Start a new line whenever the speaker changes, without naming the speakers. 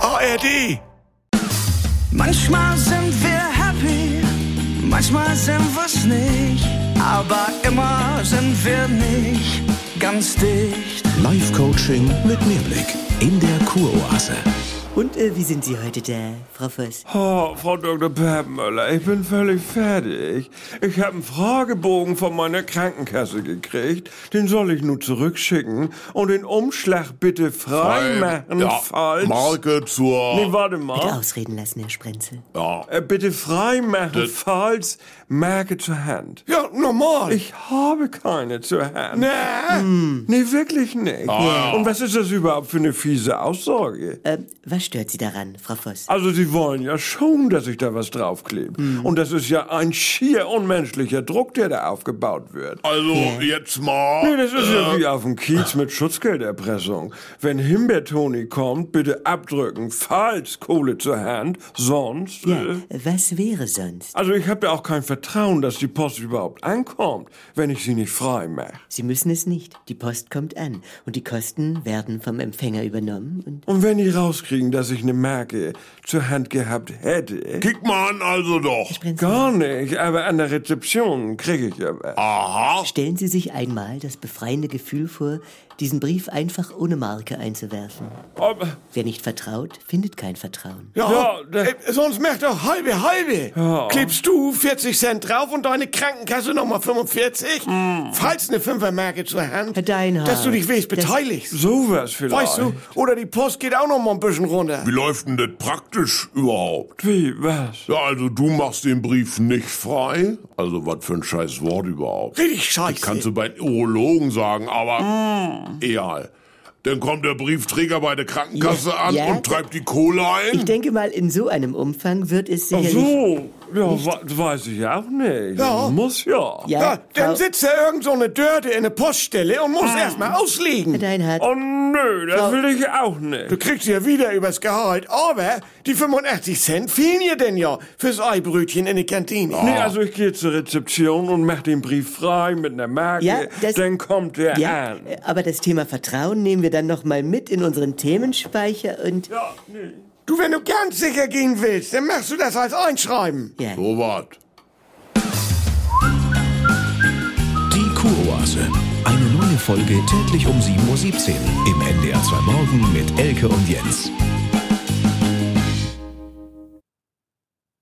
ARD.
Manchmal sind wir happy, manchmal sind wir's nicht, aber immer sind wir nicht ganz dicht.
Live-Coaching mit Mehrblick in der Kuroase.
Und äh, wie sind Sie heute da, Frau Voss?
Oh, Frau Dr. Peppmüller, ich bin völlig fertig. Ich habe einen Fragebogen von meiner Krankenkasse gekriegt. Den soll ich nun zurückschicken und den Umschlag bitte freimachen,
Ja,
falls...
Marke zur.
Nee, warte
Bitte
mal.
ausreden lassen, Herr Sprenzel.
ja.
Äh, Bitte freimachen, falls Marke zur Hand.
ja, normal.
Ich habe keine zur Hand. Nee, nee wirklich nicht.
ja.
Und was ist das überhaupt für eine fiese Aussage?
Ähm, was stört Sie daran, Frau Voss?
Also Sie wollen ja schon, dass ich da was draufklebe. Und das ist ja ein schier unmenschlicher Druck, der da aufgebaut wird.
also, jetzt mal.
Nee, das ist ja wie auf dem Kiez mit Schutzgelderpressung. Wenn Himbeertoni kommt, bitte abdrücken, falls Kohle zur Hand, sonst... äh,
Ja, was wäre sonst?
Also ich habe da auch kein Vertrauen, dass die Post überhaupt ankommt, wenn ich sie nicht frei mache.
Sie müssen es nicht. Die Post kommt an und die Kosten werden vom Empfänger übernommen und
Und wenn die rauskriegen, dass ich eine Marke zur Hand gehabt hätte...
Kick mal an, also doch.
Sprenzel.
Gar nicht, aber an der Rezeption kriege ich ja was.
Aha.
Stellen Sie sich einmal das befreiende Gefühl vor, diesen Brief einfach ohne Marke einzuwerfen.
Aber-
Wer nicht vertraut, findet kein
Hm.
Vertrauen.
Ja,
Ja, da-
äh, sonst merkt doch halbe, halbe. Klebst du 40 Cent drauf und deine Krankenkasse nochmal 45?
Hm.
Falls eine Fünfermarke zur Hand,
Herr Deinhardt,
dass du dich wenigstens
das-
beteiligst.
Sowas vielleicht.
weißt du, oder die Post geht auch nochmal ein bisschen runter.
Wie läuft denn das praktisch überhaupt?
Wie, was?
Ja, also du machst den Brief nicht frei. Also was für ein scheiß Wort überhaupt.
Richtig scheiße.
Kannst du bei Urologen sagen, aber
Ah.
egal. Dann kommt der Briefträger bei der Krankenkasse
Ja,
an
ja.
und treibt die Kohle
Ich
ein.
denke mal, in so einem Umfang wird es
Ach
sicherlich...
so, ja, we weiß ich auch nicht.
Ja.
Muss ja.
Ja,
ja,
Frau-
dann sitzt da irgend so eine Dörte in der Poststelle und muss erstmal
Herr
auslegen.
Deinhardt,
Oh nö, das
Frau-
will ich auch
Du
nicht.
kriegst ja wieder übers Gehalt, aber die 85 Cent fehlen dir denn ja fürs Eibrötchen in der Kantine.
Nee, also ich gehe zur Rezeption und mach den Brief frei mit einer Marke.
Ja, das-
dann kommt der
ja,
an.
äh, aber das Thema Vertrauen nehmen wir dann nochmal mit in unseren Themenspeicher und...
Ja, nee.
Du, wenn du ganz sicher gehen willst, dann machst du das als Einschreiben.
Ja.
So was.
Die Kuroase. Eine neue Folge täglich um 7.17 Uhr im NDR 2 Morgen mit Elke und Jens.